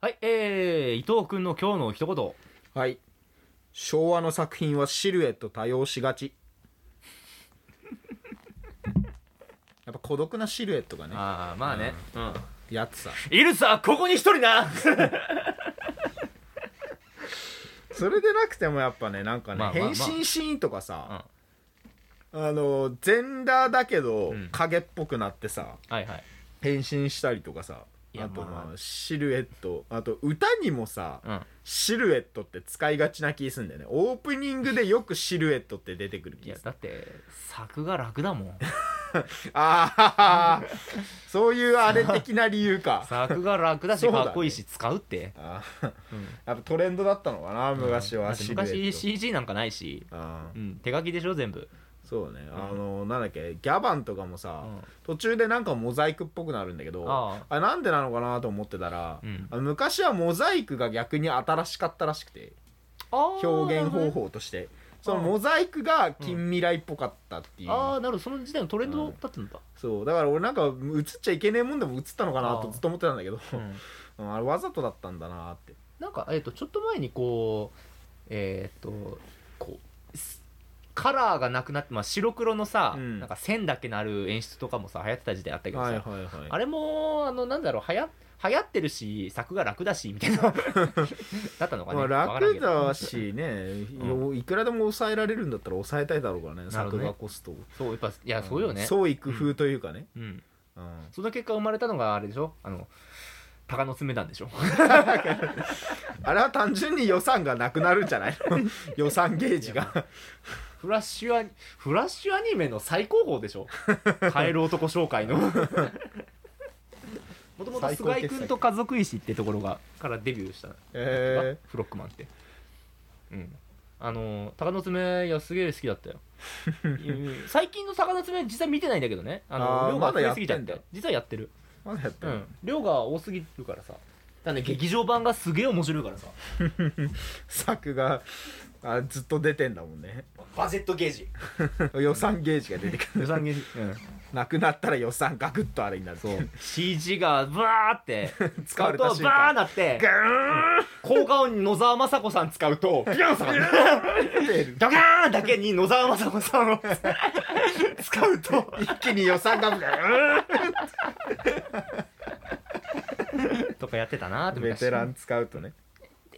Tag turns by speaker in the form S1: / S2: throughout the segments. S1: はい、えー、伊藤君の今日の一言。
S2: はい昭和の作品はシルエット多用しが ちやっぱ孤独なシルエットがね
S1: ああ、まあね。うん。
S2: やってさ
S1: いるさ、ここに一人 な
S2: それでなくてもやっぱねなんかね、
S1: まあまあまあ
S2: 変身シーンとかさ、あの全裸だけど
S1: ん
S2: 影っぽくなってさ、
S1: はいはい。
S2: 変身したりとかさ
S1: いや
S2: あと
S1: ま
S2: まあシルエットあと歌にもさ、
S1: うん。
S2: シルエットって使いがちな気すんだよねオープニングでよくシルエットって出てくる
S1: い
S2: 気
S1: や
S2: す、る
S1: だって、作が楽だもん。
S2: ああ そういうあれ的な理由か
S1: 作が楽 だし、
S2: そうだね
S1: かっこいいし、使うって。
S2: あーやっぱトレンドだったのかな昔
S1: だ
S2: は
S1: って
S2: シルエット、
S1: 昔 CG なんかないし、
S2: あー
S1: うん、手書きでしょ、全部。
S2: そうね、あのなんだっけギャバンとかも
S1: う
S2: さ、
S1: ん。
S2: 途中でなんかモザイクっぽくなるんだけどあ
S1: あ
S2: れなんでなのかなと思ってたら
S1: あ。、うん。
S2: あの昔はモザイクが逆に新しかったらしくて表現方法としてそのモザイクが近未来っぽかったっていう、
S1: あーなるほどその時代のトレンド
S2: う
S1: だ
S2: ん
S1: ったんだ、
S2: そうだから俺なんか映っちゃいけねえもんでも映ったのかな
S1: あ
S2: と
S1: ー
S2: ずっと思ってたんだけど、
S1: うん
S2: うんあれわざとだったんだなって
S1: なんか、えっとちょっと前にこうえっ、とこうすカラーがなくなって、まあ、白黒のさ、
S2: うん
S1: なんか線だけなる演出とかもさ流行ってた時代あったけどさ、
S2: いはい
S1: あれもあのなんだろう流行流行ってるし作が楽だしみ たいなだったのかね
S2: まあ、
S1: わからん
S2: 楽
S1: けど
S2: だしね、
S1: う
S2: いくらでも抑えられるんだったら抑えたいだろうから
S1: な
S2: ね
S1: るほど
S2: 作
S1: ね
S2: 画コストをい
S1: そうやっぱいやそうよね
S2: 創意工夫というかね、
S1: うん
S2: うん
S1: その結果生まれたのがあれでしょあの鷹の爪なんでしょ
S2: あれは単純に予算がなくなるんじゃないの 予算ゲージが
S1: フラッシュアニフラッシュアニメの最高峰で しょカエル男紹介 のもともと
S2: 最高傑作
S1: 菅井君と家族石ってところがからデビューした
S2: え
S1: フロックマンってうんあの鷹の爪いやすげえ好きだった ようん最近の鷹の爪実は見てないんだけどねあの
S2: あー
S1: 量が
S2: まだ
S1: 増
S2: や
S1: え
S2: っ
S1: すぎちゃ
S2: て
S1: っ
S2: んだ
S1: て実はやってる、
S2: ー、まだやって
S1: う
S2: る、
S1: ん、量が多すぎるからさだね劇場版がすげえ面白いからさ
S2: 作があずっと出てんだもんね
S1: バジェットゲージ
S2: 予算ゲージが出てく
S1: 予
S2: る
S1: 算ゲージ、うん、
S2: なくなったら予算ガクッとあれになる
S1: そう CG がブワーって
S2: 使われ
S1: 使う
S2: た
S1: と
S2: 瞬
S1: バー
S2: 間
S1: なって
S2: ガーンっ
S1: 効果音に野沢雅子さん使うとビュンさん
S2: て
S1: ドカーンだけに野沢雅子さんを 使うと
S2: 一気に予算がガーン
S1: とかやってたなーって
S2: ベ
S1: 昔
S2: テラン使うとね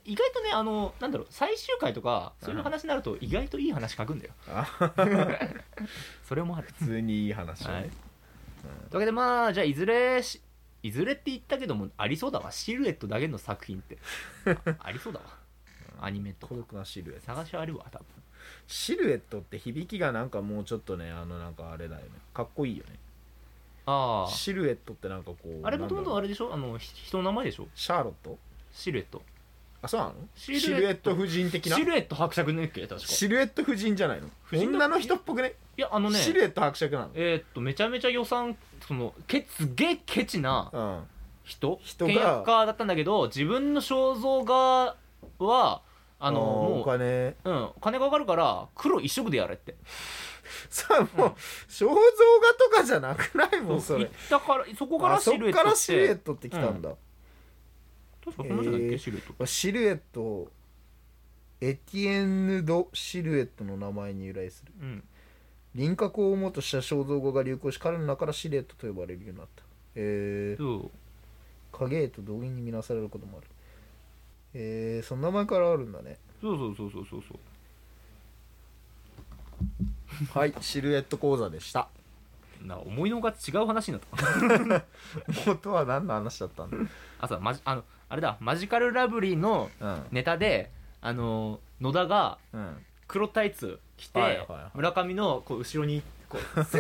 S1: 意外とねあのなんだろう最終回とかそういう話になると意外といい話書くんだよ
S2: あ
S1: それもある、
S2: 普通にいい話をね、
S1: はいというわけでまあじゃあいずれしいずれって言ったけどもありそうだわシルエットだけの作品って あありそうだわアニメとか
S2: 孤独なシルエット
S1: 探しはあるわ多分
S2: シルエットって響きがなんかもうちょっとねあのなんかあれだよねかっこいいよね
S1: あ
S2: シルエットってなんかこう
S1: ああれもとも
S2: なん
S1: とあれ
S2: だろう
S1: でしょあのひ人の名前でしょ
S2: シャーロット
S1: シルエット
S2: あそうなの
S1: シルエッ
S2: シ
S1: ト
S2: ルエット夫人的な
S1: シルエット伯爵のっけ確か
S2: シルエット夫人じゃないの
S1: 婦人だ
S2: 女の人っぽくね
S1: いやあのね
S2: シルエット伯爵な
S1: えーっとめちゃめちゃ予算そのケツすげえケチな
S2: のうん
S1: 人
S2: 人が
S1: 倹約家だったんだけど自分の肖像画はあの
S2: ーお
S1: も
S2: 金
S1: う、うん、金がかかるから黒一色でやれって
S2: さあもう、肖像画とかじゃなくないもんそ
S1: 行
S2: れ
S1: ったからそこから
S2: あそ
S1: シ
S2: っ
S1: ルエット
S2: か
S1: っ
S2: ら
S1: て
S2: シルエットってきたんだ、
S1: 確かこの人だっけ、
S2: えー
S1: シルエット
S2: シルエットエティエンヌ・ド・シルエットの名前に由来する
S1: うん
S2: 輪郭を主とした肖像画が流行し彼の中からシルエットと呼ばれるようになったえー、
S1: そう
S2: 影絵と同意に見なされることもあるえー、その名前からあるんだね
S1: そうそうそうそうそうそう
S2: はいシルエット講座で した
S1: な思いのほか違う話になった
S2: 元は何の話だったんだ
S1: あそうマジあのあれだマジカルラブリーの
S2: うん
S1: ネタであの野田が
S2: うん
S1: 黒タイツ着て、
S2: はいはいはい
S1: 村上のこう後ろにこう す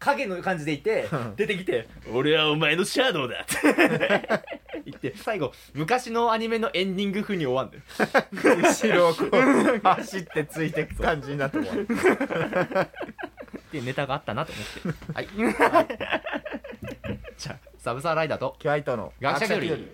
S1: 影の感じでいて
S2: うん
S1: 出てきて「俺はお前のシャドウだ」って言って最後昔のアニメのエンディング風に終わんだよ
S2: 後ろをこ う走ってついてく感じになってもらう
S1: っていうネタがあったなと思ってはいじゃあサブサーライダーと
S2: キャイトの
S1: 学者気取り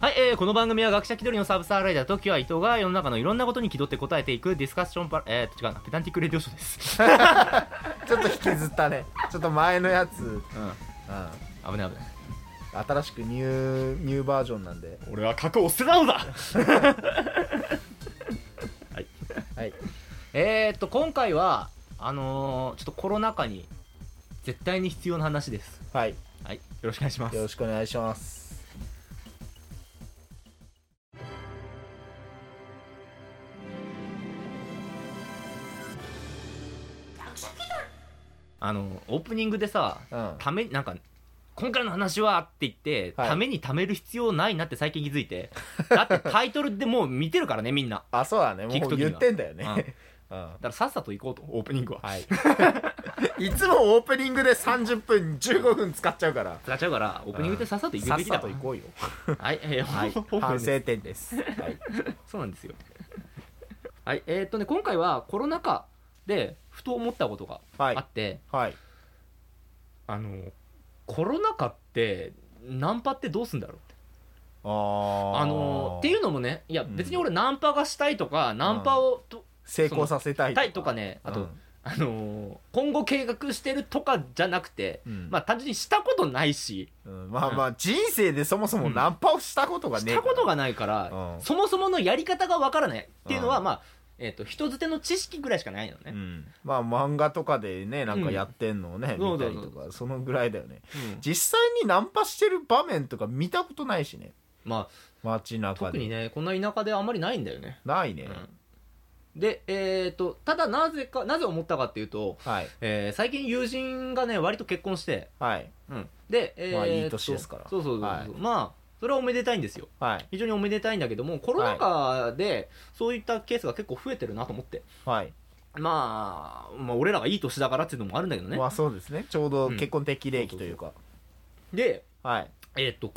S1: はい、ええーこの番組は学者気取りのサブサーライダー時は伊藤が世の中のいろんなことに気取って答えていくディスカッションパラえー、っと違うなペダンティックレディオショーです、
S2: ちょっと引きずったねちょっと前のやつ、うん、
S1: う危ない危ない
S2: 新しくニューニューバージョンなんで
S1: 俺は過去を捨てたのだ
S2: はい
S1: えーっと今回はあのーちょっとコロナ禍に絶対に必要な話です
S2: はい
S1: はいよろしくお願いします
S2: よろしくお願いします
S1: あのオープニングでさ
S2: うん
S1: ためになんか今回の話はって言って、
S2: はい
S1: ためにためる必要ないなって最近気づい てだってタイトルでもう見てるからねみんな
S2: あそうだね
S1: 聞
S2: も
S1: く
S2: う
S1: 時には
S2: 言ってんだよね
S1: うん
S2: うん、
S1: だからさっさと行こうとオープニングは
S2: はいいつもオープニングで30分15分使っちゃうから
S1: 使っちゃうからオープニングでさっさと行く
S2: さっ
S1: べきだ
S2: さと行こうよ
S1: はい、えー、
S2: はい
S1: オープニング
S2: 反
S1: です
S2: 省点ですはい
S1: そうなんですよはいえー、っとね今回はコロナ禍でふと思ったことが
S2: は
S1: あ
S2: い
S1: って、
S2: はい
S1: あのコロナ禍ってナンパってどうすんだろう
S2: あー
S1: あのっていうのもねいや
S2: うん
S1: 別に俺ナンパがしたいとか、ナンパをと
S2: 成功させたい
S1: たいとかねあと、
S2: うん
S1: あのー今後計画してるとかじゃなくて、
S2: うん
S1: まあ単純にしたことないし、
S2: うんまあまあ人生でそもそもナンパをしたことが
S1: し
S2: ねえ
S1: た
S2: から
S1: ことがないから、
S2: うん
S1: そもそものやり方がわからないっていうのは、
S2: うん
S1: まあ、えっと人づての知識ぐらいしかないのね、
S2: うん、まあ漫画とかでねなんかやってんのをね、
S1: うん
S2: 見たり
S1: そ
S2: と
S1: う
S2: かそのぐらいだよね
S1: うん
S2: 実際にナンパしてる場面とか見たことないしね
S1: ま
S2: 街
S1: あ
S2: 中
S1: 特に
S2: で、
S1: ねこんな田舎であんまりないんだよね、
S2: ないね、
S1: うんでえっ、とただなぜかなぜ思ったかっていうと、
S2: はい
S1: えー最近友人がね割と結婚して、
S2: はい
S1: うんで、えー
S2: まあいい年ですから
S1: そうそうそうそう、
S2: はい
S1: まあそれはおめでたいんですよ
S2: はい
S1: 非常におめでたいんだけどもコロナ禍でそういったケースが結構増えてるなと思って、
S2: はい、
S1: まあ、まあ俺らがいい年だからっていうのもあるんだけどね、
S2: まあそうですねちょうど
S1: うん
S2: 結婚適齢期というか、
S1: で
S2: はい
S1: えーっと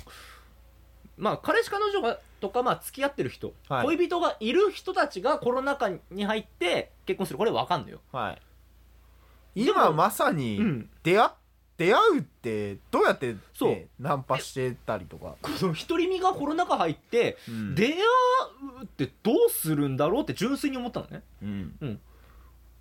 S1: まあ彼氏彼女がとかまあ付き合ってる人、
S2: はい
S1: 恋人がいる人たちがコロナ禍に入って結婚するこれわかんのよ、
S2: はい
S1: でも
S2: 今まさに
S1: うん
S2: 出会,、出会うってどうやってね、
S1: そう
S2: ナンパしてたりとか、
S1: この独り身がコロナ禍入って、
S2: うん
S1: 出会うってどうするんだろうって純粋に思ったのね
S2: うん
S1: うん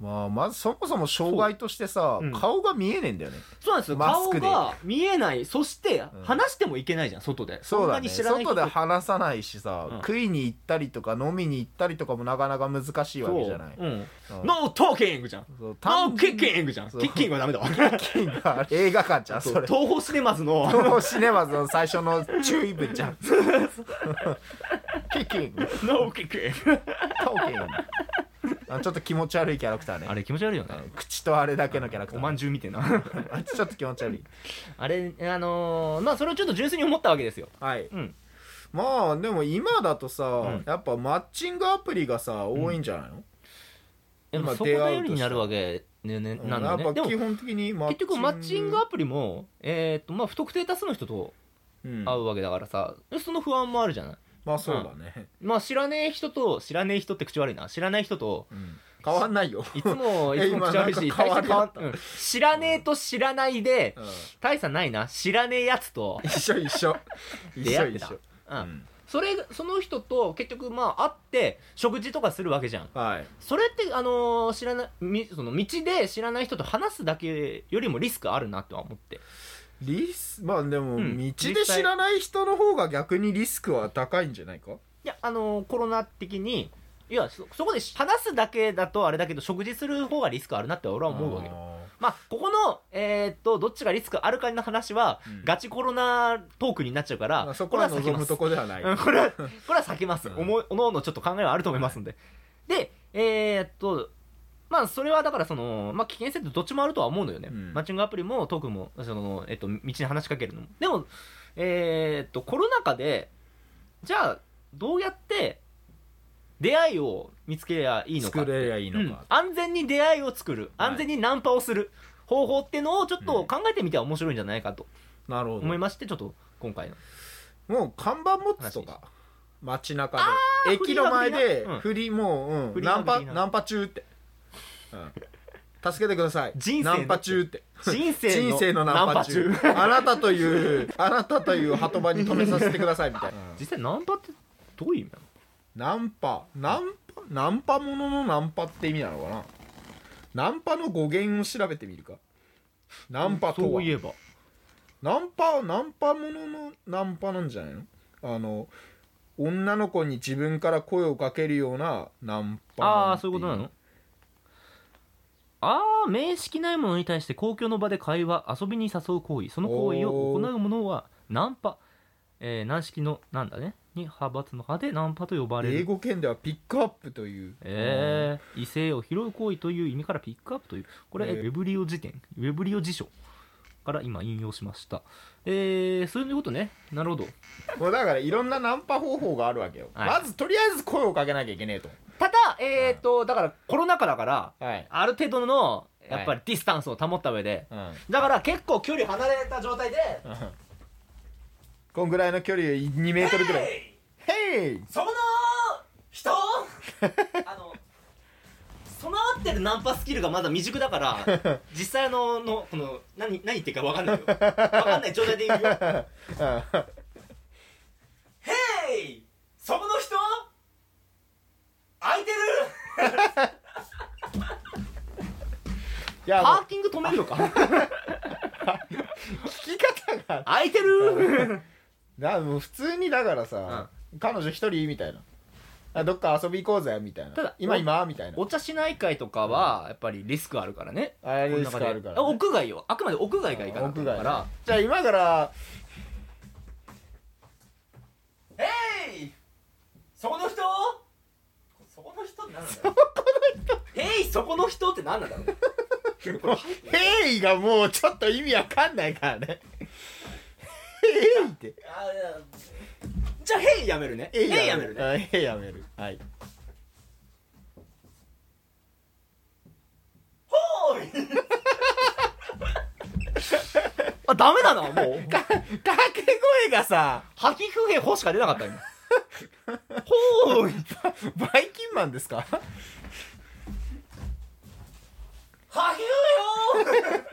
S2: まあ、まずそもそも障害としてさ、
S1: そううん
S2: 顔が見えねえんだよね
S1: そうなんですよ
S2: マ
S1: 顔
S2: スクで
S1: が見えないそして
S2: うん
S1: 話してもいけないじゃん外で
S2: そうんだ
S1: な
S2: ね
S1: に知らない人
S2: 外で話さないしさ、
S1: うん
S2: 食いに行ったりとか飲みに行ったりとかもなかなか難しいわけじゃない
S1: そううん
S2: うん
S1: ノートーキングじゃん。
S2: そう
S1: ノー
S2: 単
S1: キッ
S2: 純に
S1: キングじゃん。キ
S2: そう
S1: ッキングはダ メだわ。
S2: キッキンが映画館じゃん
S1: そう
S2: それ
S1: 東宝シネマズ の、
S2: 東宝シネマズの最初の注意文じゃんキッキング
S1: ノーキッキング。
S2: トーキングあちょっと気持ち悪いキャラクターね
S1: あれ気持ち悪いよ
S2: う
S1: ね。
S2: ん口とあれだけのキャラクタ
S1: お
S2: ー
S1: まんじゅうみたいな。
S2: あちょっと気持ち悪い
S1: あれ、あのーまあそれをちょっと純粋に思ったわけですよ。
S2: はい
S1: うん。
S2: まあでも今だとさ、
S1: ん
S2: やっぱマッチングアプリがさ多いんじゃないの、
S1: でも
S2: 今
S1: そこ
S2: 出会うとしたら
S1: 頼りになるわけ、ねね、なんだよ
S2: や
S1: ね。
S2: っ
S1: で
S2: ぱ
S1: も
S2: 基本的にマ
S1: 結局マッチングアプリも、えーっと、まあ不特定多数の人と
S2: うん
S1: 会うわけだからさ、その不安もあるじゃない。
S2: まあそうだね、
S1: まあ知らねえ人と、知らねえ人って口悪いな。知らない人と、
S2: 変わんないよ、
S1: いつも、い
S2: え
S1: つも口悪いし、
S2: 今なんか変わりあった
S1: うん知らねえと知らないで、
S2: うん
S1: 大差ないな知らねえやつと、
S2: 一緒一緒一
S1: 出
S2: 緒
S1: 会って
S2: 一
S1: た
S2: 緒、
S1: う
S2: うん
S1: ん、それその人と結局まあ会って食事とかするわけじゃん
S2: はい
S1: それってあのー知らないみその道で知らない人と話すだけよりもリスクあるなとは思って
S2: リスまあでも、
S1: うん
S2: 道で
S1: 実際
S2: 知らない人の方が逆にリスクは高いんじゃないか
S1: いやあのーコロナ的にいやそそこで話すだけだとあれだけど食事する方がリスクあるなって俺は思うわけよ
S2: あ
S1: まあここのえーっとどっちがリスクあるかの話は、
S2: うん
S1: ガチコロナトークになっちゃうから、
S2: ーそこは
S1: れ避け
S2: 望
S1: ま
S2: む
S1: す
S2: とこではない、
S1: うんこれは、これは避けます。
S2: うん
S1: おも、おのおのちょっと考えはあると思いますんで。で、えーっと、まあ、それはだから、その、まあ、危険性ってどっちもあるとは思うのよね。
S2: うん
S1: マッチングアプリもトークも、その、えっと、道に話しかけるのも。でも、えーっと、コロナ禍で、じゃあ、どうやって、出会いを見つけりゃいいのか。
S2: 作れりゃいいの
S1: うん
S2: か、
S1: 安全に出会いを作る。
S2: はい
S1: 安全にナンパをする。方法っていうのをちょっと考えてみては面白いんじゃないかと
S2: なるほど
S1: 思いまして、ちょっと今 回の。
S2: もう看板持つとか街中で
S1: ー
S2: 駅の前
S1: フリーだフリー
S2: で
S1: だうん
S2: 振りもう、う
S1: フリ
S2: ん、
S1: ーだ
S2: ナンパ
S1: フリーだ
S2: ナンパ中って、うん助けてください
S1: 人生の
S2: ナンパ中って
S1: 人生の
S2: 人生のナンパ中
S1: ナンパ
S2: あなたというあなたという鳩場に止めさせてくださいみたいな、
S1: 実際ナンパってどういう意味なの
S2: ナンパナンパナンパもののナンパって意味なのかなナンパの語源を調べてみるかナンパと
S1: そ
S2: は
S1: ういえば
S2: ナンパナンパもののナンパなんじゃないのあの女の子に自分から声をかけるようなナンパ
S1: ああ
S2: なんて
S1: そういうことなのああ名識ないものに対して公共の場で会話遊びに誘う行為その行為を行うものはナンパ、えー軟式のなんだねに派閥の派でナンパと呼ばれ
S2: 英
S1: る
S2: 語圏ではピックアップという
S1: えー、異性を拾う行為という意味からピックアップというこれ、
S2: えー
S1: ウェブリオ辞典ウェブリオ辞書から今引用しましたえー、そういうことねなるほど
S2: もうだからいろんなナンパ方法があるわけよ、
S1: はい
S2: まずとりあえず声をかけなきゃいけねえと
S1: ただえっとだからコロナ禍だから
S2: はい、
S1: ある程度の
S2: やっぱり
S1: ディスタンスを保った上で
S2: うん、
S1: だから結構距離離れた状態で
S2: こんぐらいの距離2メートル ぐらいヘイ
S1: その人 あの備わってるナンパスキルがまだ未熟だから実際ののこの何何言ってるか分かんないよ分かんない状態で言 うよ「ヘイそこの人空いてる?
S2: い」やも
S1: パーキング止めるのか
S2: う聞き方 が
S1: 空いてる
S2: だもう普通にだからさ、彼女一人みたいなあどっか遊び行こうぜみたいな
S1: ただ
S2: 今今みたい な
S1: お茶しない会とかはやっぱりリスクあるからね
S2: あれです
S1: この中
S2: か
S1: で
S2: あるから、ね、
S1: 屋外よあくまで屋外がいいかな
S2: あ
S1: と
S2: 屋
S1: 思う
S2: 外
S1: から
S2: じゃあ今から
S1: ヘイそこの人そこの人って何なんだろうヘイそこの人って何なんだろう
S2: 「ヘイ!」がもうちょっと意味わかんないからね「ヘイ!」って
S1: あいやじゃあヘイやめるね
S2: 「
S1: ヘイ
S2: イ
S1: やめるね
S2: あヘイやめるはい
S1: ほーい あダメだなもう
S2: 掛け声がさ
S1: ハキフヘホしか出なか った今ほーい
S2: バイキンマンですか
S1: ハキフヘホ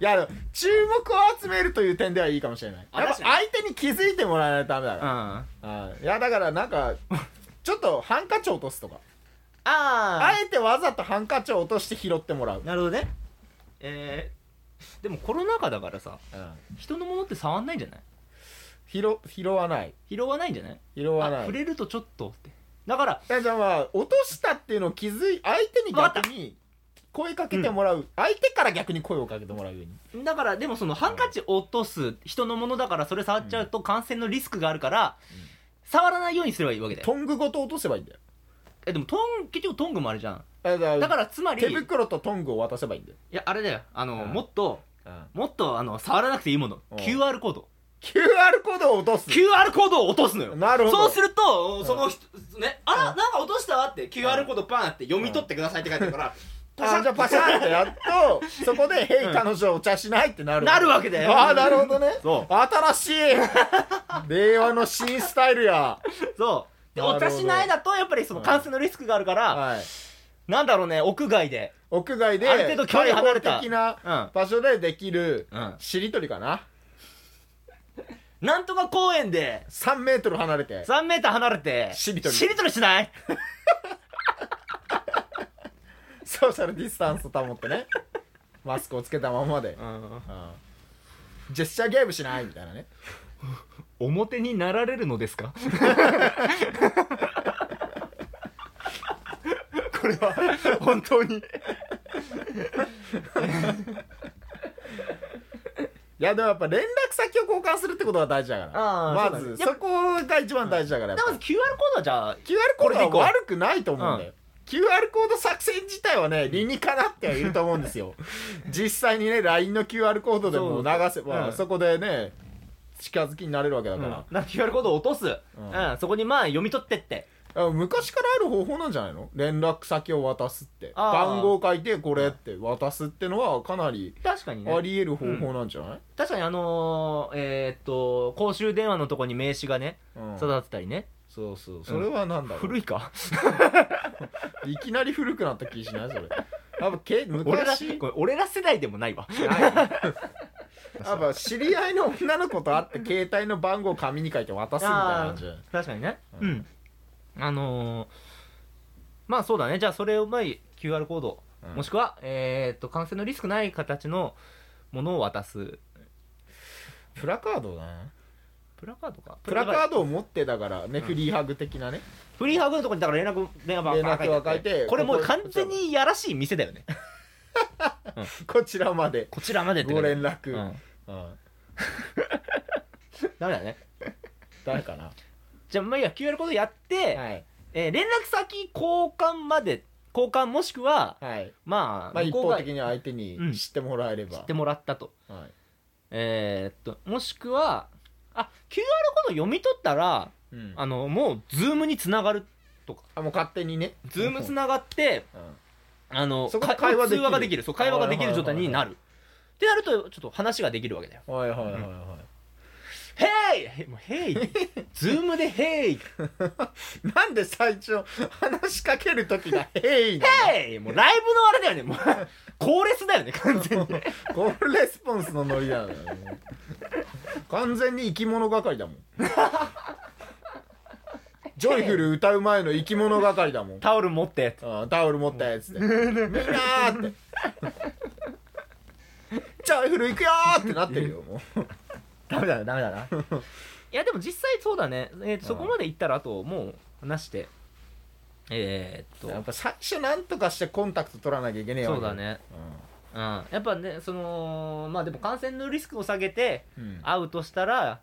S2: いや、でも注目を集めるという点ではいいかもしれない。
S1: あ
S2: やっぱ
S1: 確か
S2: 相手に気づいてもらわないとダメだ
S1: うん
S2: か
S1: あ
S2: ら。うんいや、だからなんか、ちょっとハンカチ落とすとか。あ
S1: あ
S2: えてわざとハンカチを落として拾ってもらう。
S1: なるほどねえー、でもコロナ禍だからさ
S2: うん
S1: 人のものって触んないんじゃない
S2: 拾、拾わない。
S1: 拾わないんじゃない
S2: 拾わ
S1: あ
S2: ない。
S1: 触れるとちょっとってだから
S2: いやじゃあまあ、落としたっていうのを気づい、相手に
S1: わかっ
S2: 逆に声かけてもらう。相手から逆に声をかけてもらうように。
S1: だからでもそのハンカチ落とす人のものだからそれ触っちゃうと感染のリスクがあるから、
S2: うん
S1: 触らないようにすればいいわけだよ
S2: トングごと落とせばいいんだよ。
S1: えでもトン結局トングもあるじゃん
S2: だから、
S1: だからつまり
S2: 手
S1: い
S2: 袋とトングを渡せばいいんだよ。
S1: やあれだよあの、
S2: うん
S1: もっともっとあの触らなくていいもの
S2: うん
S1: QR コード
S2: QR コードを落とす。
S1: QR コードを落とすのよ
S2: なるほど。
S1: そうすると、
S2: ん
S1: その人ねあら、なんか落としたわって QR コードパンって読み取ってくださいって書いてあるから、パシャ
S2: あ
S1: ッ
S2: じゃあパシャンってやっとそこで「へい彼女お茶しない」ってなる
S1: なるわけだよ
S2: ああなるほどね
S1: そう
S2: 新 しい令和の新スタイルや
S1: そうで
S2: なる
S1: お
S2: ほど
S1: 茶しないだとやっぱりその感染のリスクがあるから、
S2: はい
S1: なんだろうね屋外で
S2: 屋外で
S1: ある程度距離離れた
S2: 開放的な
S1: うん
S2: 場所でできる
S1: うん
S2: しりとりかな
S1: なんとか公園で
S2: 3メートル離れて
S1: 3メーター離れて
S2: しりとり
S1: しりとりしない
S2: ソーシャルディスタンスを保ってねマスクをつけたままで、うんジェスチャーゲームしないみたいなね
S1: 表になられるのですか これは本当に
S2: いやでもやっぱ連絡先を交換するってことが大事だから
S1: あー
S2: ま
S1: そう
S2: ず
S1: だね
S2: そこが一番大事だからやっ
S1: まず
S2: ぱ
S1: QR コードはじゃあ
S2: QR コ
S1: これでい
S2: ード
S1: こう
S2: は悪くないと思うんだよ、QR コード作戦自体はね理にかなってはいると思うんで すよ実際にね LINE の QR コードでも流せば
S1: うん
S2: そこでね近づきになれるわけだ
S1: うん
S2: か
S1: なんか QR コードを落とす、うん
S2: ん
S1: そこにまあ読み取ってって
S2: ら、昔からある方法なんじゃないの連絡先を渡すって
S1: あー
S2: 番号書いてこれって渡すってのはかなり
S1: 確かに
S2: あ
S1: ね
S2: り得る方法なんじゃない、
S1: 確かにあのー、えー、っと公衆電話のとこに名刺がね
S2: うん
S1: 育ってたりね、
S2: そうそうそれはなんだろう、
S1: 古いか
S2: いきなり古くなった気しないそれやっぱけ
S1: 俺ら
S2: 昔
S1: これ俺ら世代でもないわ
S2: ない やっぱ知り合いの女の子と会って携帯の番号を紙に書いて渡すみたいな感じ
S1: 確かにねう
S2: うん
S1: ん、あのーまあそうだねじゃあそれを前に QR コード、
S2: うん
S1: もしくはえーっと感染のリスクない形のものを渡す
S2: プラカードだな
S1: プラカードか
S2: プラカー
S1: ド
S2: ドを持ってだからね、
S1: うん
S2: フリーハグ的なね
S1: フリーハグのとこにだから連絡電話番
S2: 連絡は書いて
S1: これもう
S2: ここ
S1: 完全にやらしい店だよね
S2: こちらまで
S1: こちらまでって
S2: ご連
S1: う
S2: 絡、うん
S1: ん、ダメだね
S2: 誰かな
S1: じゃあまあいいや QR コードやって、
S2: はい
S1: えー連絡先交換まで交換もしくは
S2: はい
S1: まあ
S2: まあ一
S1: 向こう
S2: 方
S1: が
S2: 的に相手
S1: うん
S2: に知ってもらえれば、
S1: 知ってもらったと
S2: はい、
S1: えーっともしくはあ QR コード読み取ったら
S2: うん
S1: あのもうズームにつながる
S2: あもう勝手にね
S1: ズームつながって
S2: うん
S1: あの
S2: そこ
S1: か
S2: で会話
S1: 通
S2: できる
S1: 話ができるそう会話ができる状態になる、ってなるとちょっと話ができるわけだよ
S2: はいはいはいはい、
S1: 「ヘイ!」もう「ヘイ!」ズームで「ヘイ!」
S2: なんで最初話しかける時が「ヘイ!」
S1: 「ヘイ!」もうライブのあれだよねもうコーレスだよね完 全に
S2: コールレスポンスのノリだよね完全に生き物係だもんジョイフル歌う前の生き物係だもん
S1: タオル持って
S2: あタオル持ったやつで「みんな!」って「ジョイフル行くよ!」ってなってるよもう
S1: ダメだなダメだないやでも実際そうだね、えーとそこまでいったらあともう話してえーっと
S2: やっぱ最初なんとかしてコンタクト取らなきゃいけねえわ
S1: そうだ、ねうんやっぱねそのまあでも感染のリスクを下げて
S2: うんうん
S1: 会うとしたらや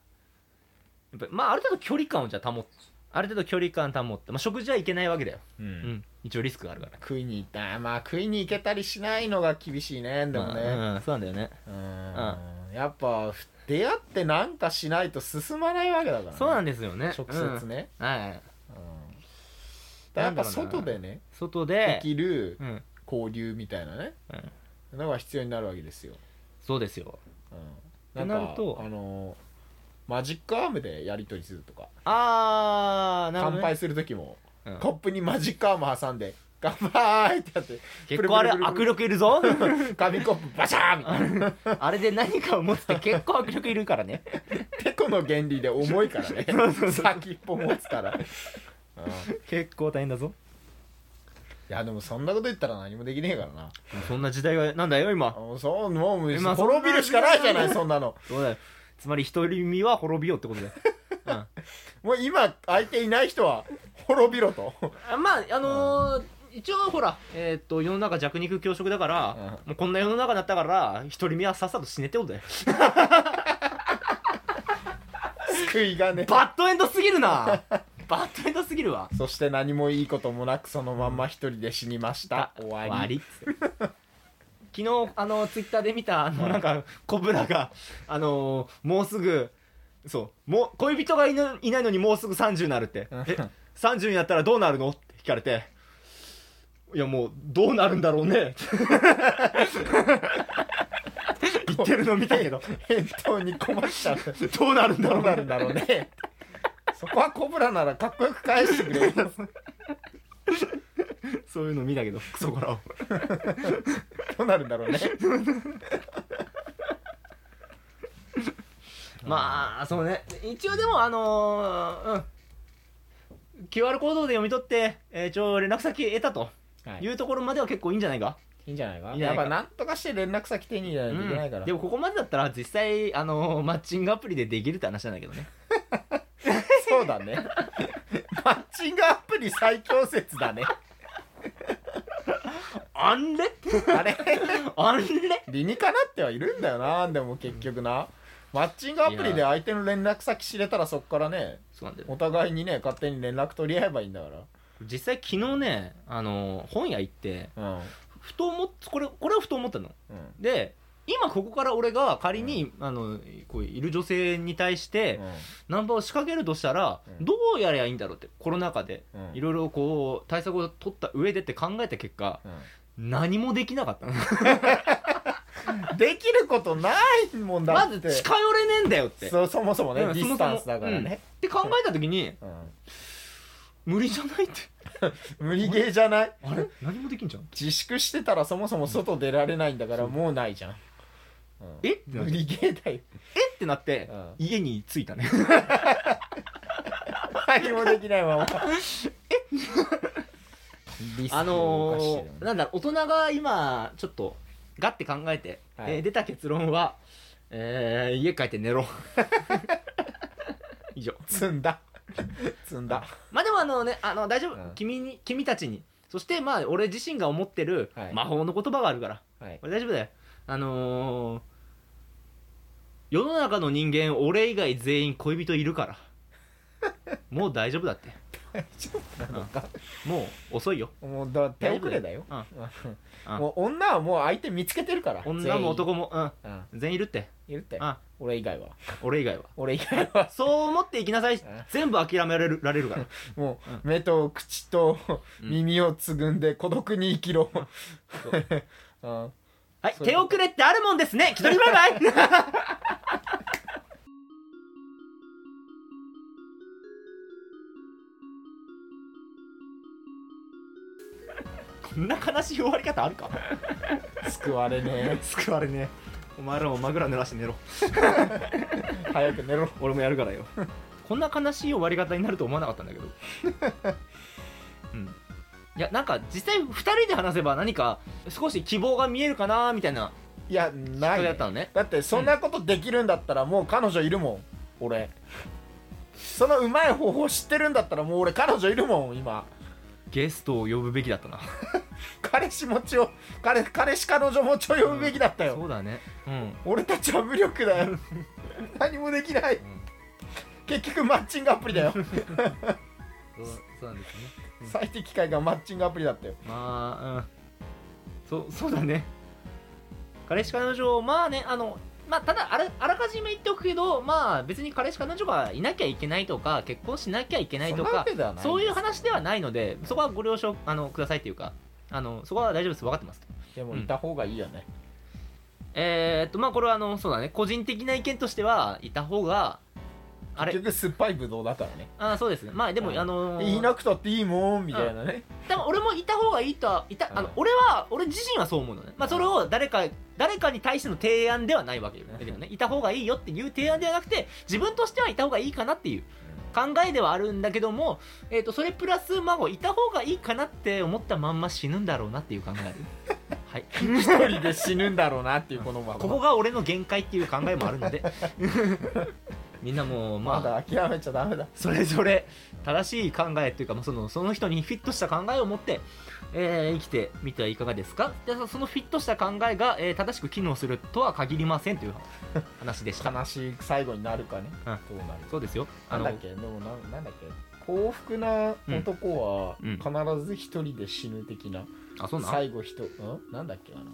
S1: っぱまあある程度距離感をじゃあ保ってある程度距離感保って、まあ、食事はいけないわけだよ、
S2: う
S1: うんん、一応リスクがあるから
S2: 食いに行ったまあ食いに行けたりしないのが厳しいねでもね、
S1: まあうん、そうなんだよね、
S2: うんやっぱ出会ってなんかしないと進まないわけだからね、
S1: そうなんですよね
S2: 直接
S1: ね、
S2: ね、
S1: うんはい
S2: うんだからやっぱ外でね
S1: 外
S2: で
S1: で、
S2: きる
S1: うん
S2: 交流みたいなね
S1: うん、
S2: のが必要になるわけですよ、
S1: そうですよ
S2: うん、
S1: ってなると
S2: あのマジックアームでやり取りするとか、
S1: あーなるほ
S2: 乾
S1: ど、ね、
S2: 杯する時も
S1: うん
S2: コップにマジックアーム挟んで乾杯ってやって
S1: 結構あれ
S2: プルプ
S1: 握
S2: ル
S1: 力いるぞ
S2: 紙コップバシャーンみたいな
S1: あれで何かを持つって結構握力いるからね
S2: てこの原理で重いから ね
S1: そうそうそう
S2: 先っぽ持つから、うん、い
S1: 結構大変だぞ
S2: やでもそんなこと言ったら何もできねえからな
S1: そんな時代がなんだよ今
S2: あもうそうもうもう
S1: 今
S2: 滅びるしかないじゃな
S1: そん
S2: い
S1: な
S2: そんなの
S1: そうだよつまり独り身は滅びようってことだよ、うん
S2: もう今相手いない人は滅びろと
S1: あ まああのー一応ほら、えーっと世の中弱肉強食だから、
S2: うん
S1: もうこんな世の中になったから独り身はさっさと死ねってことだよ
S2: 救いがね
S1: バッドエンドすぎるなバッドエンドすぎるわ
S2: そして何もいいこともなくそのまんま一人で死にました終わり
S1: 終わり昨日あのツイッターで見たあのなんかコブラがあのーもうすぐそうもう恋人がいないないのにもうすぐ30になるって
S2: うん
S1: え30になったらどうなるのって聞かれていやもうどうなるんだろう ね言ってるの見たけど
S2: 返答に困っちゃう
S1: どうなるんだ
S2: ど
S1: ろ
S2: う
S1: う
S2: な
S1: ね
S2: るんだろうねそこはコブラならかっこよく返してくれよ
S1: そういうの見たけどクソコラを
S2: どうなるんだろうね
S1: まあそうね一応でもあのーうん QR コードで読み取って、えー一応連絡先得たと
S2: はい
S1: いうところまでは結構いいんじゃないか、
S2: いいんじゃないか
S1: いいんじゃないか
S2: やっぱなんとかして連絡先手に入れないといけないから、
S1: でもここまでだったら実際、あのーマッチングアプリでできるって話なんだけどね
S2: そうだねマッチングアプリ最強説だね
S1: あんれ
S2: あれ
S1: あんれ
S2: 理にかなってはいるんだよなでも結局なマッチングアプリで相手の連絡先知れたらそっからね
S1: そうなんだよね
S2: お互いにね勝手に連絡取り合えばいいんだか
S1: 実際昨日ね、あのー本屋行って
S2: らうん、うん、
S1: ふと思っこれこれはふと思ったので今ここから俺が仮に、あのこういる女性に対して、ナンバーを仕掛けるとしたら、
S2: うん
S1: どうやりゃいいんだろうってコロナ禍で
S2: うんうん
S1: いろいろこう対策を取った上でって考えた結果何もできなかったの
S2: うんできることないもんだ
S1: ま
S2: っ
S1: ず
S2: て、
S1: 近寄れねえんだよってっ
S2: そそもそもね、
S1: うん
S2: ディスタンスだからね、
S1: て考えた時に
S2: うん
S1: 無理じゃないって
S2: 無理ゲーじゃない
S1: あれ何もできんじゃん
S2: 自粛してたらそもそも外出られないんだから
S1: うん
S2: もうないじゃん、うん
S1: えってなっ
S2: 無
S1: て
S2: 理ゲーだよ
S1: えってなって
S2: うん
S1: 家に着いたね
S2: 何もできないままえ
S1: あのー、なんだろう大人が今ちょっとガッて考えて、
S2: はい
S1: えー出た結論は、えー家帰って寝ろ 以上
S2: 積んだ積んだ
S1: まあでもあのねあの大丈夫、
S2: うん
S1: 君に君たちにそしてまあ俺自身が思ってる
S2: はい
S1: 魔法の言葉があるから、
S2: はい
S1: 俺大丈夫だよあのー、世の中の人間俺以外全員恋人いるから もう大丈夫だって
S2: ちょっとなのか
S1: もう遅いよ
S2: もうだ手遅れだよ
S1: うん
S2: うんもう女はもう相手見つけてるから
S1: 女も男も、う
S2: 全員
S1: ん、全員いるって
S2: うんいるって
S1: あ
S2: 俺以外は
S1: 俺以 外は
S2: 俺以外は
S1: そう思っていきなさい
S2: ん
S1: 全部諦められるられるから
S2: も
S1: うん
S2: う目と口と
S1: うん
S2: 耳をつぐんで孤独に生きろ
S1: そう
S2: ん
S1: はい
S2: そういう
S1: 手
S2: こと
S1: 遅れってあるもんですね一人バイ バイこんな悲しい終わり方あるか
S2: 救われね
S1: 救われねお前らも枕濡らして寝ろ
S2: え早く寝ろ
S1: 俺もやるからよ こんな悲しい終わり方になると思わなかったんだけど うんいやなんか実際2人で話せば何か少し希望が見えるかなみたいない
S2: やな
S1: 人
S2: い
S1: だ
S2: ね
S1: ったのね
S2: だってそんなことできるんだったらもう彼女いるもん俺そのうまい方法知ってるんだったらもう俺彼女いるもん今
S1: ゲストを呼ぶべきだったな
S2: 彼氏持ちを彼彼氏彼女持ちを呼ぶべきだったよ、
S1: そうだねうん
S2: 俺たちは無力だよ何もできない結局マッチングアプリだよ
S1: そうそうなんですねうん
S2: 最適解がマッチングアプリだったよ
S1: まあうんそうそうだね彼氏彼女まあねあのまあただあらあらかじめ言っておくけどまあ別に彼氏彼女がいなきゃいけないとか結婚しなきゃいけないと
S2: そんな
S1: か
S2: わけではない
S1: そういう話ではないので、そこはご了承あのくださいっていうか、あのそこは大丈夫です、分かってます。
S2: でもいた方がいいよね、
S1: えー、っと、まあ、これはあの、そうだね、個人的な意見としては、いた方が、あれ
S2: 結、局酸っぱいブドウだからね
S1: あーそうですね、まあ、でも、
S2: うん
S1: あのー
S2: いなくたっていいもんみたいなね、
S1: 多分俺もいた方がいいとは、いた、あの
S2: うん
S1: 俺は、俺自身はそう思うのね、まあ、それを誰か、誰かに対しての提案ではないわけよ
S2: うん
S1: だけどね、いた方がいいよっていう提案ではなくて、自分としてはいた方がいいかなっていう考えではあるんだけども、えー、とそれプラス孫いた方がいいかなって思ったまんま死ぬんだろうなっていう考え はい
S2: 一人で死ぬんだろうなっていうこのまま
S1: ここが俺の限界っていう考えもあるの でみんなもうまあ、
S2: まだ諦めちゃダメだ
S1: それぞれ正しい考えっていうか、まあ、そのその人にフィットした考えを持って、えー生きてみてはいかがですかでそそのフィットした考えが、えー正しく機能するとは限りませんという話でした
S2: 悲しい最後になるかね、
S1: うん
S2: どうなる
S1: そうですよ
S2: な
S1: あ
S2: ん
S1: の
S2: だっけでもななんだっけ幸福な男は
S1: うん
S2: 必ず一人で死ぬ的な、
S1: あそうなん
S2: 最後人うんなんだっけかな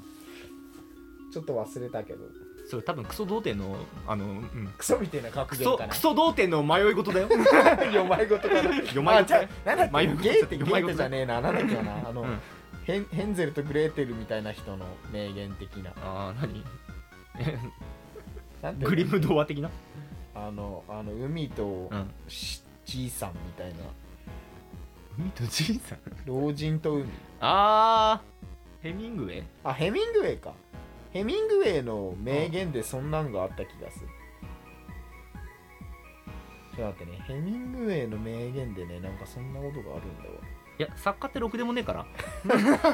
S2: ちょっと忘れたけど
S1: それ多分クソ童貞のあの、うん、
S2: クソみたいな格
S1: ク
S2: 言
S1: ソ
S2: かな
S1: クソ童貞の迷い事 だよ
S2: よまい事か な
S1: よまい
S2: あ
S1: 事
S2: じゃあなんだっ
S1: 迷い
S2: け
S1: 事
S2: ゲーテ
S1: よ
S2: ゲ
S1: まい
S2: ー
S1: 事
S2: テじゃねえななんだっけ かなあの、
S1: うん
S2: ヘンヘンゼルとグレーテルみたいな人の名言的な
S1: ああ何
S2: なんていう の
S1: グリム童話的な、
S2: あのあの海と
S1: うん、
S2: しじいさんみたいな
S1: 海とじいさん
S2: 老人と海
S1: あーヘミングウェイ
S2: あヘミングウェイかヘミングウェイの名言でそんなんがあった気がする、ちょっと待ってねヘミングウェイの名言でねなんかそんなことがあるんだわ
S1: いや作家ってろくでもねえから、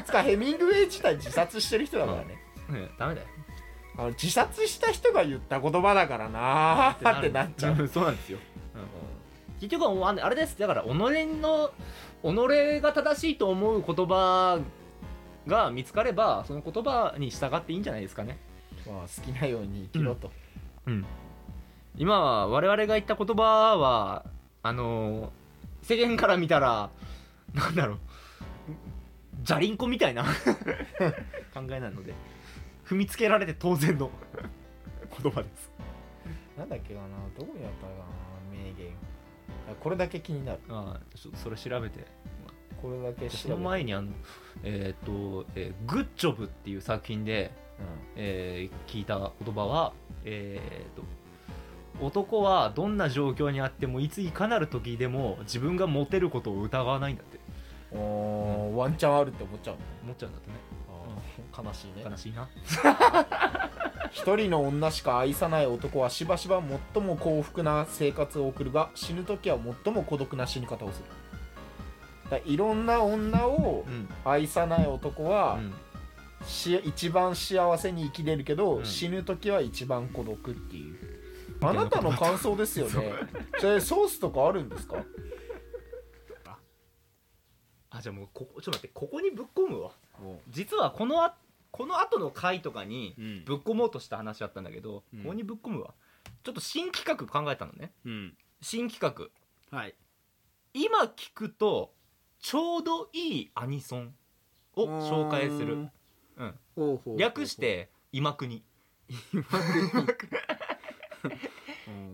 S2: つかヘミングウェイ自体自殺してる人だからね、
S1: うん、ダメだよ
S2: あの自殺した人が言った言葉だからなーってなっちゃう、
S1: んそうなんですよ結局はあのあれですだから己の己が正しいと思う言葉が見つかればその言葉に従っていいんじゃないですかね
S2: うんまあ、好きなように生きろと、
S1: うん今は我々が言った言葉はあの世間から見たらなんだろうじゃりんこみたいな 考えなので踏みつけられて当然の言葉です
S2: なんだっけかなどこにあったかな名言あこれだけ気になる
S1: ああちょそれ調べて
S2: これだけ調
S1: そ
S2: べ
S1: の
S2: て
S1: 前にあのえーっと、えーグッジョブ」っていう作品で、えー聞いた言葉はえーっと男はどんな状況にあってもいついかなる時でも自分がモテることを疑わないんだって
S3: あ
S2: う
S3: ーワンチャンあるって思っちゃう
S1: 思っちゃうんだってね
S3: の悲しいね
S1: 悲しいな
S3: 一人の女しか愛さない男はしばしば最も幸福な生活を送るが死ぬ時は最も孤独な死に方をするだからいろんな女を
S1: うん
S3: 愛さない男は、
S1: うん
S3: し一番幸せに生きれるけど、
S1: うん
S3: 死ぬ時は一番孤独っていう
S1: た
S3: あ
S1: いな
S3: な
S1: こと
S3: たの感想ですよねそれソースとかあるんですか
S1: あじゃあもうここちょっと待ってここにぶっ込むわ実はこのあこの後の回とかに
S2: うん
S1: ぶっ込もうとした話だったんだけど、
S2: うん
S1: ここにぶっ込むわちょっと新企画考えたのね
S2: うん
S1: 新企画
S2: はい
S1: 今聞くとちょうどいいアニソンを紹介するうん
S2: ほうほう
S1: 略 して今国
S2: うん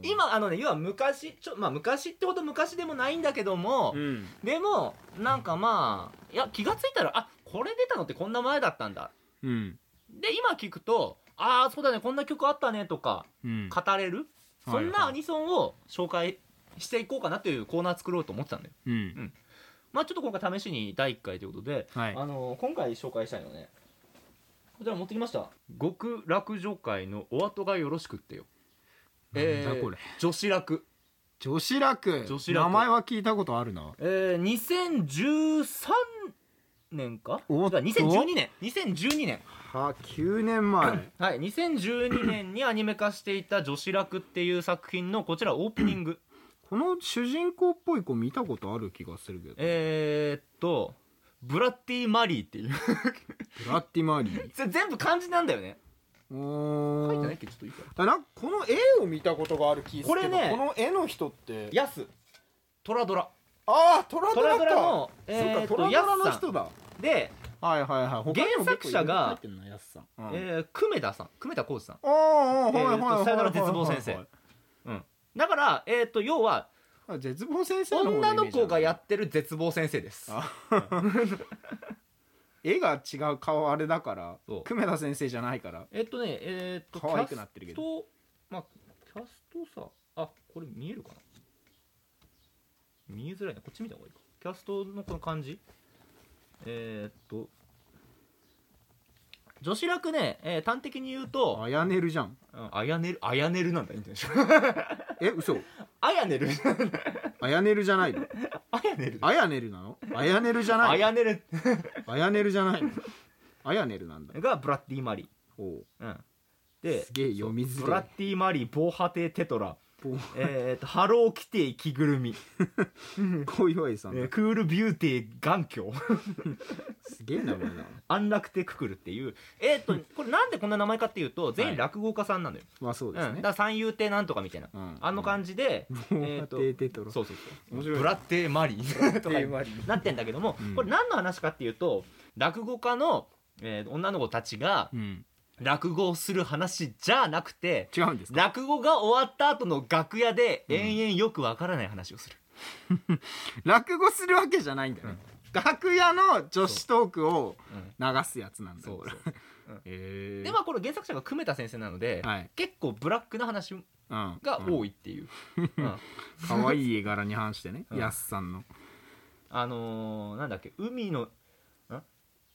S1: 今あのね要は昔ちょまあ昔ってほど昔でもないんだけども、
S2: うん
S1: でもなんかまあいや気がついたらあこれ出たのってこんな前だったんだ
S2: うん
S1: で今聞くとああそうだねこんな曲あったねとか
S2: うん
S1: 語れる、
S2: うん
S1: そんなアニソンを紹介していこうかなというコーナー作ろうと思ってたんだよ
S2: うん
S1: まあちょっと今回試しに第1回ということで、
S2: はい
S1: あの今回紹介したいのはねこちら持ってきました極楽女会のお後がよろしくってよえ
S2: な
S1: ー
S2: んだこれ
S1: 女子楽
S2: 女子楽
S1: 女子楽
S2: 名前は聞いたことあるな
S1: えー、2013年か
S2: おっと
S1: 違う2012年2012年
S2: は9年 前
S1: はい2012年にアニメ化していた「女子楽」っていう作品のこちらオープニング
S2: この主人公っぽい子見たことある気がするけど
S1: えーっとブラッディ・マリーっていう
S2: ブラッティマリー
S1: それ 全部漢字なんだよね
S2: 書
S1: 書いてないっけちょっといいか
S2: だなんかこの絵を見たことがある気するけ
S1: これ
S2: ど
S1: ね
S2: この絵の人って
S1: ヤストラドラ
S2: ああトラ
S1: ト
S2: ドラ
S1: ラ
S2: か
S1: ドラのえ
S2: そ
S1: ーっ
S2: うかト
S1: と
S2: ラド
S1: ヤ
S2: ラの
S1: スさ
S2: 人
S1: ん
S2: だ
S1: で、
S2: はいはいはい他に
S1: 原
S2: も
S1: 作者が
S2: 結構いろいろ書いてんなやすさんうん
S1: えー、久米田さん久米田浩二さん
S2: ああは
S1: え
S2: いはい
S1: ー
S2: はいはい
S1: とさよなら絶望先生だから、えーっと要は
S2: あ絶望先生の方
S1: 女
S2: イメージある
S1: の子がやってる絶望先生です
S2: あ絵が違う顔あれだから
S1: そう
S2: 久米田先生じゃないから
S1: えっとねえっと
S2: 可愛くなってるけ
S1: キ
S2: ど
S1: ャストまあキャストさあこれ見えるかな見えづらいなこっち見た方がいいかキャストのこの感じえっと女子楽ね、えー端的に言うと、
S2: あやねるじゃん
S1: うんあやねる、あやねるなんだ、イントネーション
S2: え嘘
S1: あやねる、
S2: あやねるじゃないの
S1: あやねる、
S2: あやねるなのあやねるじゃな
S1: あ
S2: い
S1: やねる
S2: あやねるじゃないのあやねるなんだ
S1: がブラッディ・マリ
S2: おう、
S1: ー。うん、です
S2: げえ読みづ
S1: ブラ
S2: ら
S1: ッディ・マリー、防波堤テトラ、
S2: い
S1: えっと、ハローキティ、着ぐるみ。
S2: 小祝さんだ
S1: えークールビューティー眼 鏡
S2: すげえ名前だな
S1: 安楽亭ククルっていうえーっとこれなんでこんな名前かっていうと全員落語家さんなんだよ、
S2: まあそうで
S1: う
S2: す
S1: ん、だ
S2: ね
S1: から三遊亭なんとかみたいな、
S2: うん
S1: あの感じで、
S2: うん
S1: えーっと
S2: 防波堤テトラ
S1: そうそう
S2: 面
S1: そう
S2: 白い
S1: ブラッテーマリー とかに
S2: リ
S1: なってんだけども、
S2: うん
S1: これ何の話かっていうと落語家の、えー女の子たちが
S2: うん
S1: 落語をする話じゃなくて
S2: 違うんですか
S1: 落語が終わった後の楽屋で延々よくわからない話をする、
S2: 落語するわけじゃないんだよね楽屋の女子トークを
S1: うん
S2: 流すやつなんだ
S1: そうそう
S2: へえ
S1: でまあこれ原作者が久米田先生なので、
S2: はい
S1: 結構ブラックな話
S2: うん
S1: が
S2: うん
S1: 多いっていう、うん
S2: 可愛い絵柄に反してね
S1: うん
S2: やすさんの
S1: あのーなんだっけ海のん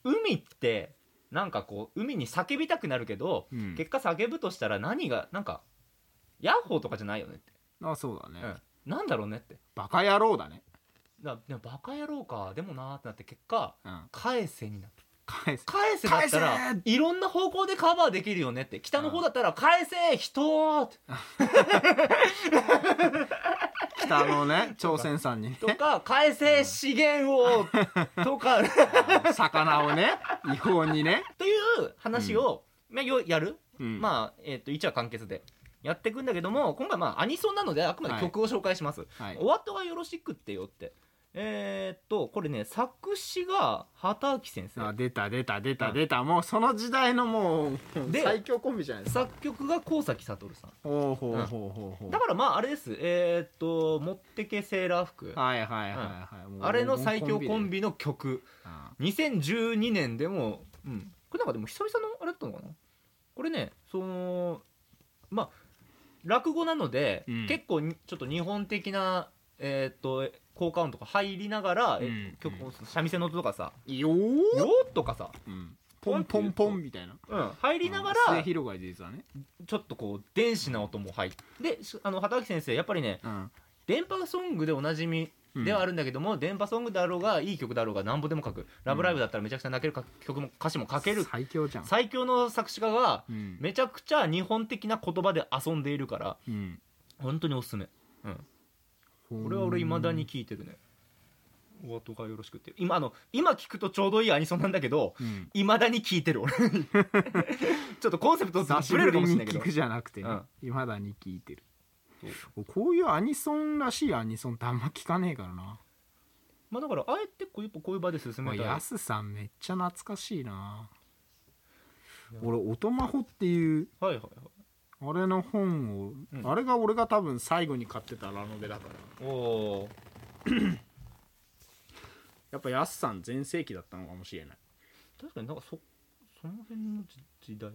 S1: 海ってなんかこう海に叫びたくなるけど、
S2: うん
S1: 結果叫ぶとしたら何がなんかヤッホーとかじゃないよねって、
S2: あそうだ
S1: う
S2: ね
S1: んなんだろうねって
S2: バカ野郎だね
S1: だでもバカ野郎かでもなーってなって結果
S2: うん
S1: 返せになった
S2: 返す
S1: 返せだったら
S2: 返
S1: いろんな方向でカバーできるよねって北の方だったら返せ人ーって
S2: 北 のね朝鮮さんにね
S1: とか返せ資源をとか
S2: 魚をね違法にね
S1: という話を、まあよやる
S2: ま
S1: まあ、えっと1話完結でやっていくんだけども今回まあアニソンなのであくまで曲を紹介します「
S2: あはい
S1: お後がよろしくってよ」ってえーっとこれね作詞が畑明先生
S2: あ出た出た出
S1: う
S2: た
S1: ん
S2: 出たもうその時代のもう
S1: で
S2: 最強コンビじゃないですか
S1: 作曲が高崎悟さん
S2: ほうほうほうほうほう
S1: だからまああれですえーっと「もってけセーラー服」
S2: はいはいはいはいもう
S1: あれの最強コン
S2: で
S1: ビの曲
S2: あ
S1: 2012年でも、うん、これなんかでも久々のあれだったのかなこれねそのまあ落語なので、
S2: うん
S1: 結構にちょっと日本的なえーっと効果音とか入りながら、え
S2: うん
S1: 曲
S2: う
S1: 三味線の音とかさ
S2: よー
S1: 「よ」とかさ、
S2: うんポンポンポンみたいな
S1: うん、入りなが
S2: うん末
S1: ら
S2: 広がりで実はね
S1: ちょっとこう電子な音も入ってでしあの畑脇先生やっぱりね
S2: うん
S1: 電波ソングでおなじみではあるんだけども、電波ソングだろうがいい曲だろうがなんぼでも書く「ラブライブ!」だったらめちゃくちゃ泣けるか曲も歌詞も書ける
S2: 最強じゃん
S1: 最強の作詞家が
S2: うん
S1: めちゃくちゃ日本的な言葉で遊んでいるから
S2: うん
S1: 本当におすすめこれは俺いまだに聞いてるねお後がよろしくって今あの今聞くとちょうどいいアニソンなんだけど
S2: うん
S1: いまだに聞いてる俺 ちょっとコンセプト
S2: 久し
S1: ブ
S2: ぶ
S1: レるか
S2: り
S1: もしれな
S2: に
S1: いけ
S2: 聞
S1: ど
S2: くじゃなくて
S1: うん
S2: いまだに聞いてる
S1: そう
S2: こういうアニソンらしいアニソンってあんま聞かねえからな
S1: まあだからあえてこういうこういう場で進
S2: まあ
S1: めたい
S2: やすさんめっちゃ懐かしいな俺「オトマホ」っていう
S1: はいはいはい
S2: あれの本を、
S1: うん
S2: あれが俺が多分最後に買ってたラノベだから
S1: おおー
S2: やっぱやすさん全盛期だったのかもしれない
S1: 確かになんかそその辺の時時代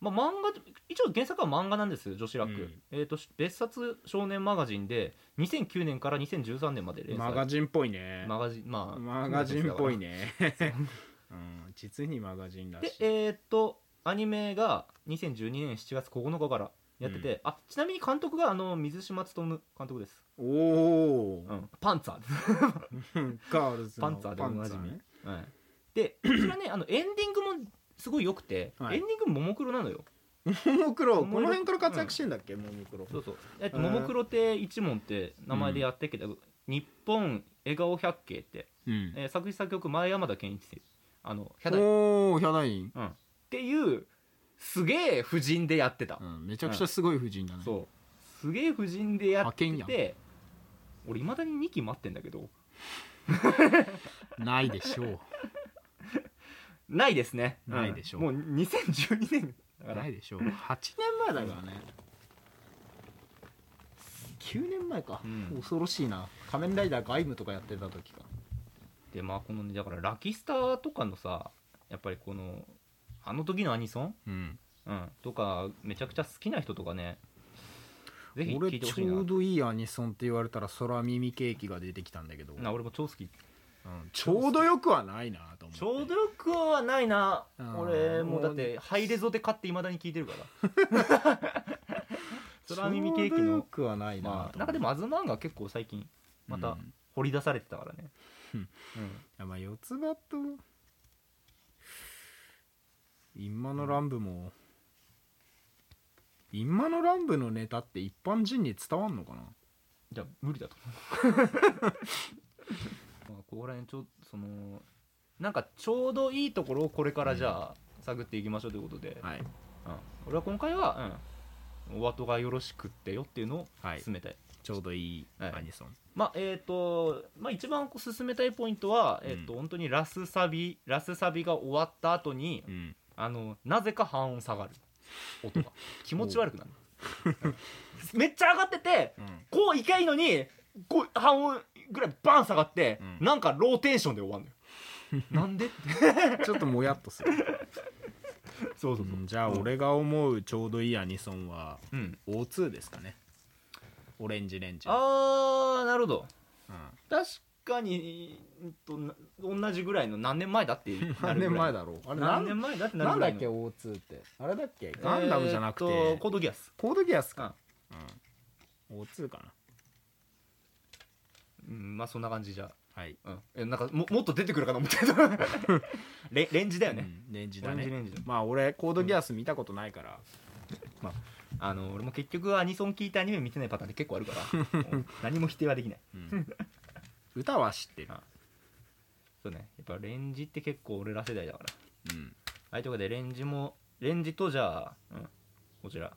S1: まあ漫画一応原作は漫画なんですよ女子楽、
S2: うん
S1: えっ、とし別冊少年マガジンで2009年から2013年まで連載
S2: マガジンっぽいね
S1: マガジンまあ
S2: マガジンっぽい
S1: ね
S2: ね うん実にマガジンらし
S1: で
S2: い
S1: えっ、とアニメが2012年7月9日からやってて、あちなみに監督があの水島努監督です、
S2: おお
S1: う、ん、パンツァー です、
S2: ガールズの
S1: パンツァーでおなじみ
S2: パンツァーね
S1: はい、でこちらねあのエンディングもすごい良くて、
S2: はい
S1: エンディングももクロなのよ
S2: ももクロ
S1: も
S2: こ
S1: も
S2: の辺から活躍してんだっけ、ももクロ
S1: そうそうだって
S2: うん
S1: ももクロ亭一門って名前でやってっけど、日本笑顔百景って、
S2: うん
S1: えー作詞作曲前山田健一先生あのヒャダインっ
S2: おおヒャダイン、
S1: ていうすげえ婦人でやってた
S2: う、ん、めちゃくちゃすごい夫人だね、
S1: そうすげえ婦人でやって
S2: 派遣
S1: て俺いまだに2期待ってんだけど
S2: ないでしょう
S1: ないですね
S2: ないでしょ
S1: うんもう2012年だから
S2: ないでしょう8年前だからね9年前か、
S1: うん
S2: 恐ろしいな仮面ライダーガイムとかやってた時か
S1: でまあこのねだからラキスターとかのさやっぱりこのあの時のアニソン
S2: うん
S1: うん、とかめちゃくちゃ好きな人とかねぜひ聞
S2: 俺
S1: いてほ
S2: ち
S1: しいな
S2: ょうどいいアニソンって言われたら空耳ケーキが出てきたんだけど、
S1: な俺も超好き
S2: うんちょうどよくはないなと思って
S1: ちょうどよくはないな
S2: うん
S1: 俺もうだってハイレゾで買っていまだに聞いてるから 空耳ケー
S2: ちょ
S1: キ
S2: うどよ
S1: の
S2: くはないなと思っ
S1: ま
S2: て、
S1: あ中でもアズマンが結構最近ま
S2: う
S1: た
S2: ん
S1: 掘り出されてたからね、
S2: う
S1: うんん
S2: いやまあ四つ葉とインマの乱舞もインマの乱舞のネタって一般人に伝わんのかな
S1: じゃあ無理 だと思うまあここら辺ちょそのなんかちょうどいいところをこれからじゃあ探っていきましょうということで、
S2: はい
S1: うん、俺は今回は、うん、お後がよろしくってよっていうのを
S2: はい
S1: 進めたい、
S2: ちょうどいい
S1: はい
S2: アニソン、
S1: まあえっ、と、まあ、一番こう進めたいポイントは、えーと
S2: うん
S1: 本当にラスサビラスサビが終わった後に、
S2: うん
S1: あのなぜか半音下がる音 が気持ち悪くなるうんめっちゃ上がっててこういかいのにこう半音ぐらいバン下がって、
S2: うん
S1: なんかローテンションで終わる のよなんでって
S2: ちょっともやっとする、
S1: そう
S2: う
S1: そうそう、
S2: んじゃあ俺が思うちょうどいいアニソンは
S1: うん
S2: O2 ですかねオレンジレンジ、
S1: あーなるほど
S2: う
S1: 確かにうんとな同じぐらいの何年前だっていう
S2: ん、何年前だろうあれな
S1: 何
S2: ん
S1: 年前だってなる
S2: なん
S1: ぐら
S2: だ
S1: い
S2: っ
S1: の
S2: け O2 ってあれだっけガンダムじゃなくて、
S1: えーっとコードギアス
S2: コードギアスか、うん、O2 かな
S1: うんまあそんな感じじゃ
S2: はい
S1: うんえなんかももっと出てくるかと思って たレレンジだよね、
S2: うんレンジだね
S1: オレンジレンジだ
S2: まあ俺コードギアス見たことないから、
S1: あの俺も結局アニソン聞いてアニメ見てないパターンって結構あるからも う何も否定はできない
S2: うん歌は知ってる
S1: あ、そうねやっぱレンジって結構俺ら世代だから
S2: うん、
S1: はいということでレンジもレンジとじゃあ、うん、こちら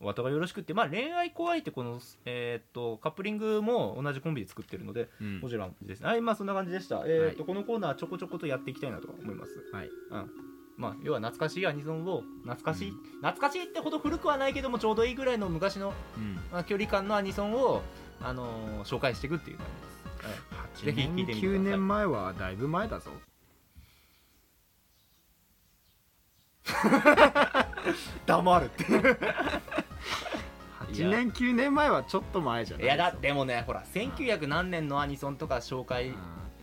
S1: お後がよろしくってまあ恋愛怖いってこのえーっとカップリングも同じコンビで作ってるので
S2: うん
S1: こちらもですねはいまあそんな感じでしたえーっとこのコーナーちょこちょことやっていきたいなと思います
S2: はい
S1: うんまあ要は懐かしいアニソンを懐かしい、懐かしいってほど古くはないけどもちょうどいいぐらいの昔の
S2: うん、
S1: まあ距離感のアニソンをあのー紹介していくっていう感じです、はいぜ
S2: 8
S1: ひ
S2: 年
S1: 聞いてみてください
S2: 9年前はだいぶ前だぞ
S1: 黙るって
S2: 8 8年9年前はちょっと前じゃな い
S1: いやだでもねほら1900何年のアニソンとか紹
S2: う
S1: 介
S2: ん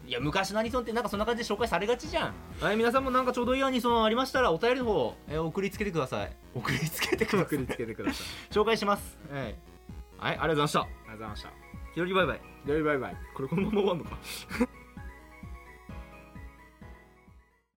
S1: いや昔のアニソンってなんかそんな感じで紹介されがちじゃんはい皆さんもなんかちょうどいいアニソンありましたらお便りの方、えー送りつけてください送りつけてくださ
S2: 送
S1: い
S2: りつけてください
S1: 紹介しますはい、はい、ありがとうございました
S2: ありがとうございました
S1: ひろりバイバイ
S2: よりバイバイ
S1: これこのまま終わんのか